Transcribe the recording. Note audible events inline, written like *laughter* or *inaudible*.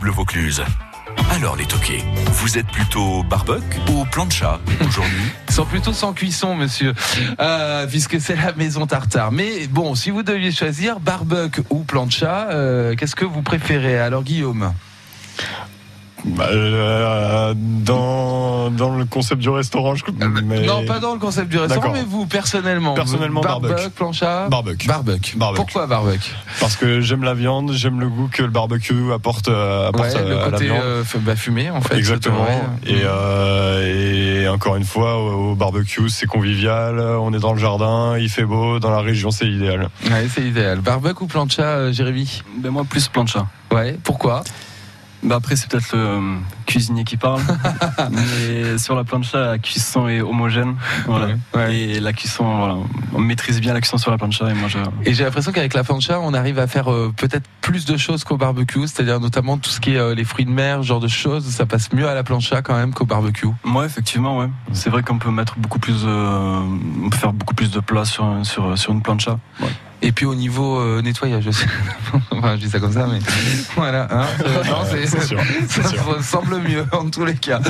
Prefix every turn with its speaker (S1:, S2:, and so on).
S1: Bleu Vaucluse. Alors les toqués, vous êtes plutôt barbecue ou plancha aujourd'hui
S2: sont plutôt sans cuisson, monsieur, euh, puisque c'est la maison tartare. Mais bon, si vous deviez choisir barbecue ou plancha, euh, qu'est-ce que vous préférez Alors, Guillaume
S3: Bah, euh, dans, dans le concept du restaurant, je mais-
S2: Euh, Non, pas dans le concept du restaurant,
S3: D'accord.
S2: mais vous, personnellement.
S3: Personnellement,
S2: barbecue.
S3: barbecue.
S2: plancha
S3: Barbecue.
S2: Barbecue.
S3: Barbecue.
S2: Pourquoi barbecue
S3: Parce que j'aime la viande, j'aime le goût que le barbecue apporte, euh, apporte
S2: Ouais,
S3: à, à
S2: Le
S3: la
S2: côté
S3: viande.
S2: euh, f- bah, fumé, en fait. c'est
S3: Exactement.
S2: vrai.
S3: Et, euh, et encore une fois, au au barbecue, c'est convivial. On est dans le jardin, il fait beau. Dans la région, c'est idéal.
S2: Ouais, c'est idéal. Barbecue ou plancha, euh, Jérémy
S4: Ben moi plus plancha.
S2: Ouais, pourquoi
S4: Ben après c'est peut-être le euh, cuisinier
S2: *laughs*
S4: qui parle. mais sur la plancha la cuisson est homogène. Voilà.
S2: Ouais.
S4: Et la cuisson, voilà, on maîtrise bien la cuisson sur la plancha et moi je.
S2: Et j'ai l'impression qu'avec la plancha, on arrive à faire euh, peut-être plus de choses qu'au barbecue, c'est-à-dire notamment tout ce qui est euh, les fruits de mer, ce genre de choses, ça passe mieux à la plancha quand même qu'au barbecue.
S4: Moi effectivement ouais. C'est vrai qu'on peut mettre beaucoup plus, euh, on peut faire beaucoup plus de plats sur un- sur sur une plancha.
S2: Et puis au niveau euh, nettoyage aussi. *laughs* enfin, je dis ça comme *laughs* ça, mais voilà. hein, euh, non, c'est-
S3: C'est sûr.
S2: *laughs* ça
S3: sûr.
S2: me semble mieux en tous les cas.